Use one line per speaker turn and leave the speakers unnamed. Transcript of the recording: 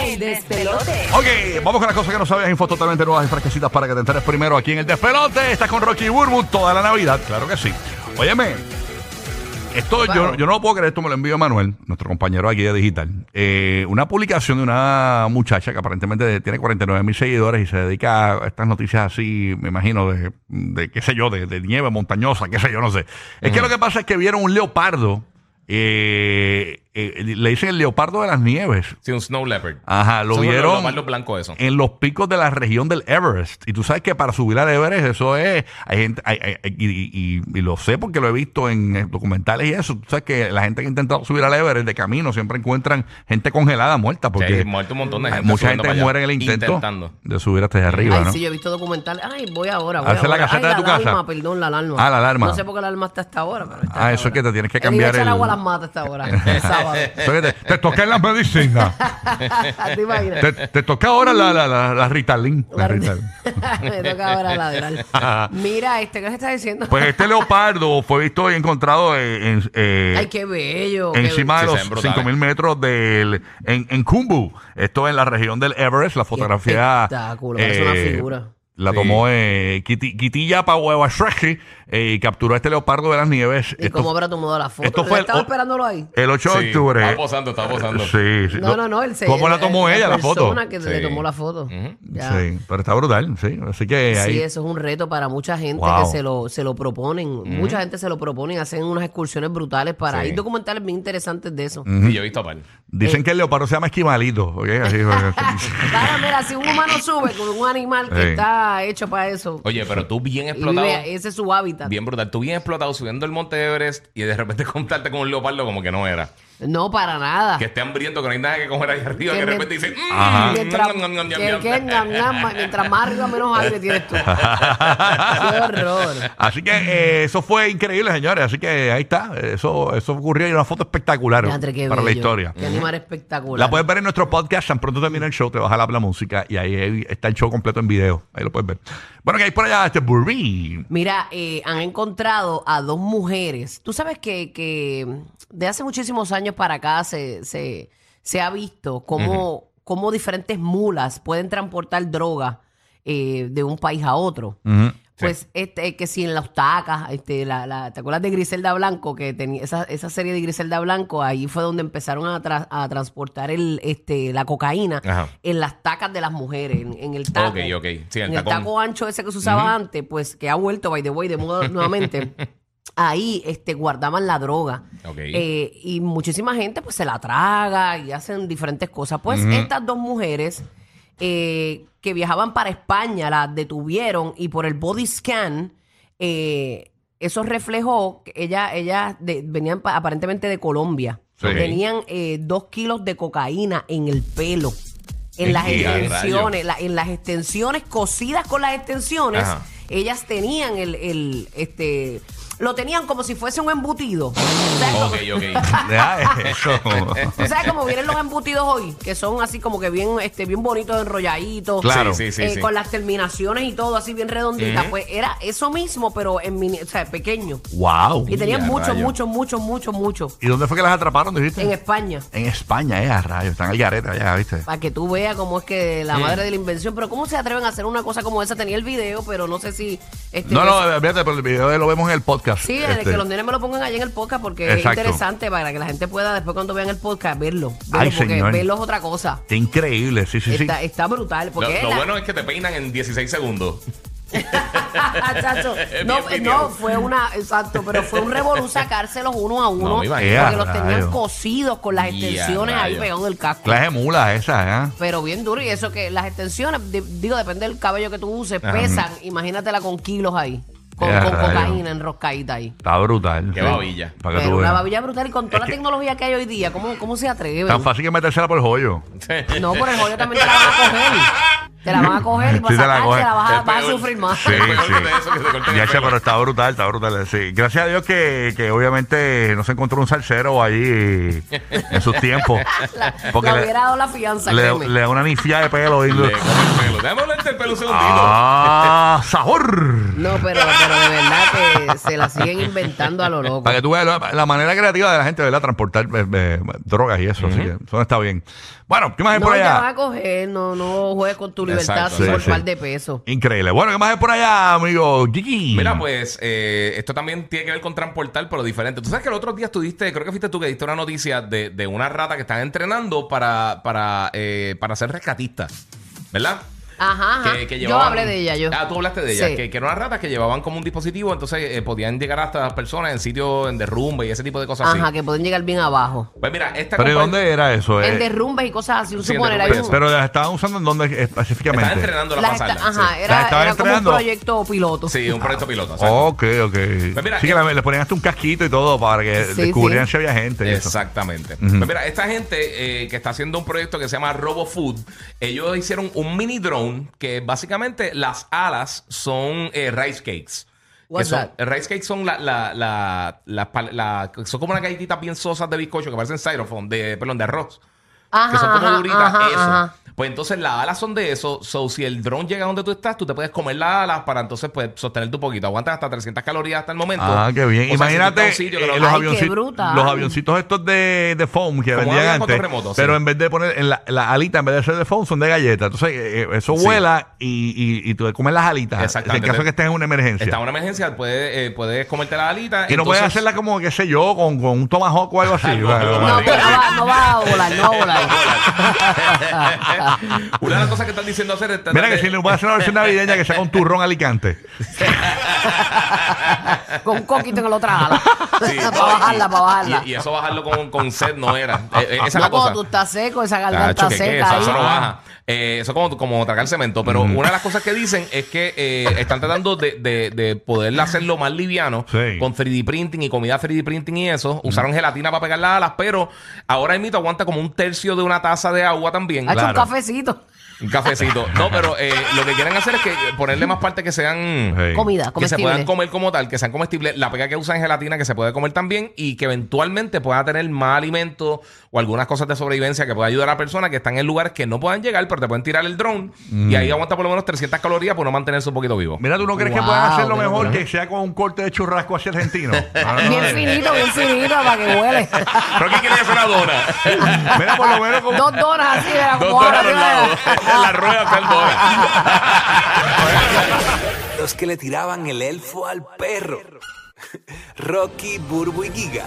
El despelote.
Ok, vamos con las cosas que no sabías, info totalmente nuevas y fresquecitas para que te enteres primero aquí en el despelote. Estás con Rocky Burbu toda la Navidad, claro que sí. Óyeme, esto yo, yo no lo puedo creer, esto me lo envió Manuel, nuestro compañero aquí de digital. Eh, una publicación de una muchacha que aparentemente tiene 49 mil seguidores y se dedica a estas noticias así, me imagino, de, de qué sé yo, de, de nieve montañosa, qué sé yo, no sé. Es que lo que pasa es que vieron un leopardo, eh, eh, le dicen el leopardo de las nieves.
Sí, un snow leopard.
Ajá, lo
Son los
vieron
leopardos blancos eso.
en los picos de la región del Everest. Y tú sabes que para subir al Everest, eso es. Hay gente, hay- hay- hay- y, y- y lo sé porque lo he visto en eh, documentales y eso. Tú sabes que la gente que ha intentado subir al Everest de camino siempre encuentran gente congelada, muerta.
Sí,
Porque
hay muerto un montón de
hay
gente
mucha
subiendo
gente
para allá,
muere en el intento
intentando.
de subir hasta allá arriba,
Ay,
¿no?
sí, yo he visto documentales. Ay, voy ahora. Voy
Hace la
ahora.
caseta
Ay,
de tu
la
casa.
alarma, perdón, la alarma.
Ah, la alarma.
No sé por qué la alarma está hasta ahora. Pero está
Ah,
hasta
eso es
ahora.
que te tienes que
He ido a
cambiar
echar
el-
agua a las matas hasta ahora. el sábado.
Entonces, te, te tocan las medicinas.
¿Te imaginas?
te, te toca ahora la, la, la, la Ritalin. La Ritalin.
Me toca ahora ladrar. Mira, este, ¿qué le está diciendo?
Pues este leopardo fue visto y encontrado en. en, eh,
Ay, qué bello. qué
encima de
Sí,
los
se ven brutales.
5.000 metros del, en, en Kumbu. Esto en la región del Everest. La fotografía... eh,
espectáculo, parece una figura.
La
Sí.
tomó eh, Kitty, Kitty Yapa Huevashreki eh, y capturó a este leopardo de las nieves.
bello. ¿Y
Esto-
cómo habrá tomado la foto?
esto fue el-
estaba esperándolo ahí?
el 8 de
Sí,
octubre.
está posando, está posando.
Sí, sí.
No, no, no. El, se-
¿Cómo la
el-
tomó ella la foto?
persona que le
Sí.
tomó la foto.
Ujú.
Ya.
Sí, pero está brutal, sí. Así que eh, ahí...
Sí, eso es un reto para mucha gente
Wow.
que se lo, se lo proponen. Mucha gente se lo proponen, hacen unas excursiones brutales para.
Sí.
Hay documentales bien interesantes de eso.
Y yo he visto a par.
Eh,
Dicen que el leopardo se llama Esquimalito. ¿ok? Así- pues,
Claro, mira, si un humano sube con un animal que
Sí.
está hecho para eso
Oye, pero tú bien
y
explotado.
vive, ese es su hábitat.
Bien brutal. Tú bien explotado subiendo el monte Everest y de repente contarte con un leopardo como que no era.
No, para nada.
Que esté hambriento, que no hay nada que comer ahí
Ah.
arriba.
Que
Que de
me-
repente dicen... "Mm,
Ajá.
Mientras,
ñam, ñam, ñam, ñam,
que-
ñam".
que- ñam, ñam, mientras más arriba, menos aire tienes tú. Qué horror.
Así que eh, eso fue increíble, señores. Así que ahí está. Eso, eso ocurrió y una foto espectacular
Leandre, qué
para la
bello.
historia.
Qué animal espectacular.
La puedes ver en nuestro podcast. Tan pronto termina el show, te vas a la, la música y ahí está el show completo en video. Ahí lo puedes ver. Bueno, que hay por allá este Burby.
Mira, eh, han encontrado a dos mujeres. Tú sabes que, que de hace muchísimos años para acá se, se, se ha visto cómo, cómo diferentes mulas pueden transportar droga eh, de un país a otro. Pues este, que si en las tacas, este, la, la- ¿te acuerdas de Griselda Blanco? Que tenía esa, esa serie de Griselda Blanco, ahí fue donde empezaron a, tra- a transportar el, este, la cocaína
Ajá.
en las tacas de las mujeres, en, en el taco.
Ok, ok. Sí, el
en el
tacón.
taco ancho ese que se usaba antes, pues que ha vuelto, by the way, de moda nuevamente. Ahí este, guardaban la droga.
Ok.
Eh, y muchísima gente pues se la traga y hacen diferentes cosas. Pues estas dos mujeres eh, que viajaban para España las detuvieron y por el body scan eh, eso reflejó que ellas ellas de- venían pa- aparentemente de Colombia.
Sí.
Tenían eh, dos kilos de cocaína en el pelo. En
Eh,
las
eh, rayos.
extensiones, la- en las extensiones cosidas con las extensiones,
Ajá.
ellas tenían el, el, este, lo tenían como si fuese un embutido. ¿Sabes cómo-
Ok, ok.
Deja eso.
¿Tú sabes cómo vienen los embutidos hoy? Que son así como que bien, este, bien bonitos, enrolladitos.
Claro.
Sí, sí, sí.
eh,
sí.
Con las terminaciones y todo así bien redonditas. Pues era eso mismo, pero en mini, o sea, pequeño.
wow.
Y tenían
Ya,
mucho,
rayo.
mucho, mucho, mucho, mucho.
¿Y dónde fue que las atraparon, dijiste?
En España.
En España, eh, a rayos. Están al garete allá, ¿viste?
Para que tú veas cómo es que la madre de la invención, pero cómo se atreven a hacer una cosa como esa, tenía el video, pero no sé si Este,
No, no,
es-
fíjate, pero el video lo vemos en el podcast.
Sí,
Este,
que los nenes me lo pongan allá en el podcast porque
Exacto.
es interesante para que la gente pueda después cuando vean el podcast verlo. verlo
Ay,
porque
señor.
verlo es otra cosa.
Está increíble, sí, sí, sí.
Está, está brutal.
Lo,
Porque es
lo
la-
bueno es que te peinan en 16 segundos.
Chacho, no,
Bien
no,
piñado.
fue una, exacto, pero fue un revolú sacárselos uno a uno
No, me
porque
imagino.
los tenían
Rayo.
cosidos con las
Ya,
extensiones ahí
rayo.
pegados del casco.
Clase mula esa, ¿eh?
Pero bien duro, y eso que las extensiones, di- digo, depende del cabello que tú uses,
Ajá.
pesan, imagínatela con kilos ahí, con,
Ya,
con
rayo.
cocaína enroscadita ahí.
Está brutal.
Qué
Sí.
babilla.
Para que
Pero
tú
una
veas.
babilla brutal y con toda la tecnología que hay hoy día, ¿cómo, cómo se atreven?
Tan fácil que metérsela por el joyo.
No, por el joyo también te la van a coger. Te la van a coger y
Sí,
para
te la
sacarte
cogen.
la vas a,
Es
vas a
peor.
sufrir más.
Sí,
Mejor
sí.
que de eso, que te corten el
Ya, che,
pelo.
pero está brutal, está brutal. Sí. Gracias a Dios que, que obviamente no se encontró un salsero ahí en sus tiempos. Porque
le
le,
hubiera dado la fianza, créeme.
le- le da una nifia de pelo. y-
Le come el pelo. Déjame hablarte el pelo un segundito.
¡Ah! ¡Sabor!
No, pero, pero de verdad que se la siguen inventando a lo loco.
Para que tú veas la, la manera creativa de la gente, ¿verdad? Transportar eh, eh, drogas y eso. así que eso no está bien. Bueno, ¿qué más hay
No
por
te
allá?
van a coger, no, no juegues con tu libertad
Exacto.
solo
Sí,
por
sí.
par de pesos.
Increíble. Bueno, ¿qué más hay por allá, amigo Gigi?
Mira, pues eh, esto también tiene que ver con transportar, pero diferente. Tú sabes que el otro día tú diste, creo que fuiste tú que diste una noticia de, de una rata que están entrenando para, para, eh, para ser rescatista, ¿verdad?
Ajá, ajá.
Que- que
yo
llevaban-
hablé de ella, yo.
Ah, tú hablaste de ella.
Sí.
Que, que eran unas ratas que llevaban como un dispositivo, entonces eh, podían llegar hasta las personas en sitios en derrumbe y ese tipo de cosas
Ajá,
así.
que pueden llegar bien abajo.
Pues mira, esta
¿Pero ¿y
compañía-
dónde era eso?
En
Eh,
derrumbes y cosas así, un
Sí, en
suponer. hay
derrumbes.
un-
pero las estaban usando en dónde
Estaban
específicamente.
entrenando la
las esta-
pasarla.
Ajá,
sí.
Las
era, era como
estaban
un
entrenando.
proyecto piloto.
Sí, un proyecto piloto. exacto.
Ok, ok.
mira,
sí, que
eh,
la- le ponían hasta un casquito y todo para que
Sí,
descubrieran
sí.
si había gente. y eso.
Exactamente.
Ujú.
Pues mira, esta gente eh, que está haciendo un proyecto que se llama RoboFood, ellos hicieron un mini drone que básicamente las alas son eh, rice cakes. Que
What's
son, eh,
that?
rice cakes son la, la, la, la pal- la- son como unas galletitas bien sosas de bizcocho que parecen styrofoam, de, perdón, de arroz.
Ajá,
que son como
ajá,
duritas,
ajá,
eso.
ajá.
Pues entonces las alas son de eso. So, si el dron llega donde tú estás, tú te puedes comer las alas para entonces pues, sostenerte un poquito. Aguantas hasta 300 calorías hasta el momento.
Ah, qué bien.
O sea, si tú
Imagínate
estás en un sitio que
eh,
no-
los,
Ay, qué
avioncitos,
brutal.
los avioncitos estos de, de foam que
Como
vendían
avión con
antes.
terremoto, sí.
Pero en vez de poner en la, la alita, en vez de ser de foam, son de galletas. Entonces, eh, eh, eso
Sí.
vuela y, y, y tú te comes las alitas. En
Exactamente.
caso de que estés en una emergencia.
Está en una emergencia, puedes, eh, puedes comerte la alita.
y no puedes hacerla como, qué sé yo, con, con un tomahawk o algo así.
Algo,
Bueno,
algo
bueno.
No, pero va- no va a volar, no va a volar.
Una de las cosas que están diciendo hacer es tratar
Mira que
de-
si le voy a hacer una versión navideña que sea con turrón alicante.
Con un coquito en la otra ala.
Sí,
para
no, y-
bajarla, para bajarla.
Y, y eso bajarlo con, con sed no era. Eh, eh, esa es
No,
la cosa.
cuando tú estás seco, esa
Tacho,
garganta
¿qué- qué
seca
es eso?
ahí.
Eso no baja. Eh, eso es como, como tragar cemento. Pero una de las cosas que dicen es que eh, están tratando de, de, de poder hacerlo más liviano
Sí.
con 3D printing y comida 3D printing y eso. Usaron gelatina para pegar las alas, pero ahora el mito aguanta como un tercio de una taza de agua también.
Ha hecho un
Claro.
cafecito.
Un cafecito. No, pero eh, lo que quieren hacer es que ponerle más partes que sean.
Sí.
Comida,
Que se
comestible.
puedan comer como tal, que sean comestibles. La pega que usan es gelatina que se puede comer también y que eventualmente pueda tener más alimento o algunas cosas de sobrevivencia que pueda ayudar a personas que están en lugares que no puedan llegar, pero te pueden tirar el drone y ahí aguanta por lo menos 300 calorías por no mantenerse un poquito vivo.
Mira, ¿tú no crees que
Wow,
puedan hacerlo
qué
mejor
locura.
que sea con un corte de churrasco así argentino? Ah, No, no, no,
Bien
no.
finito, bien finito, para que huele.
Creo que quiere hacer una dona.
Mira, por lo menos como...
Dos donas así de
Dos
como
donas a los
arriba de la-
lados. En la rueda está el dona.
Los que le tiraban el elfo al perro. Rocky, Burbu y Giga.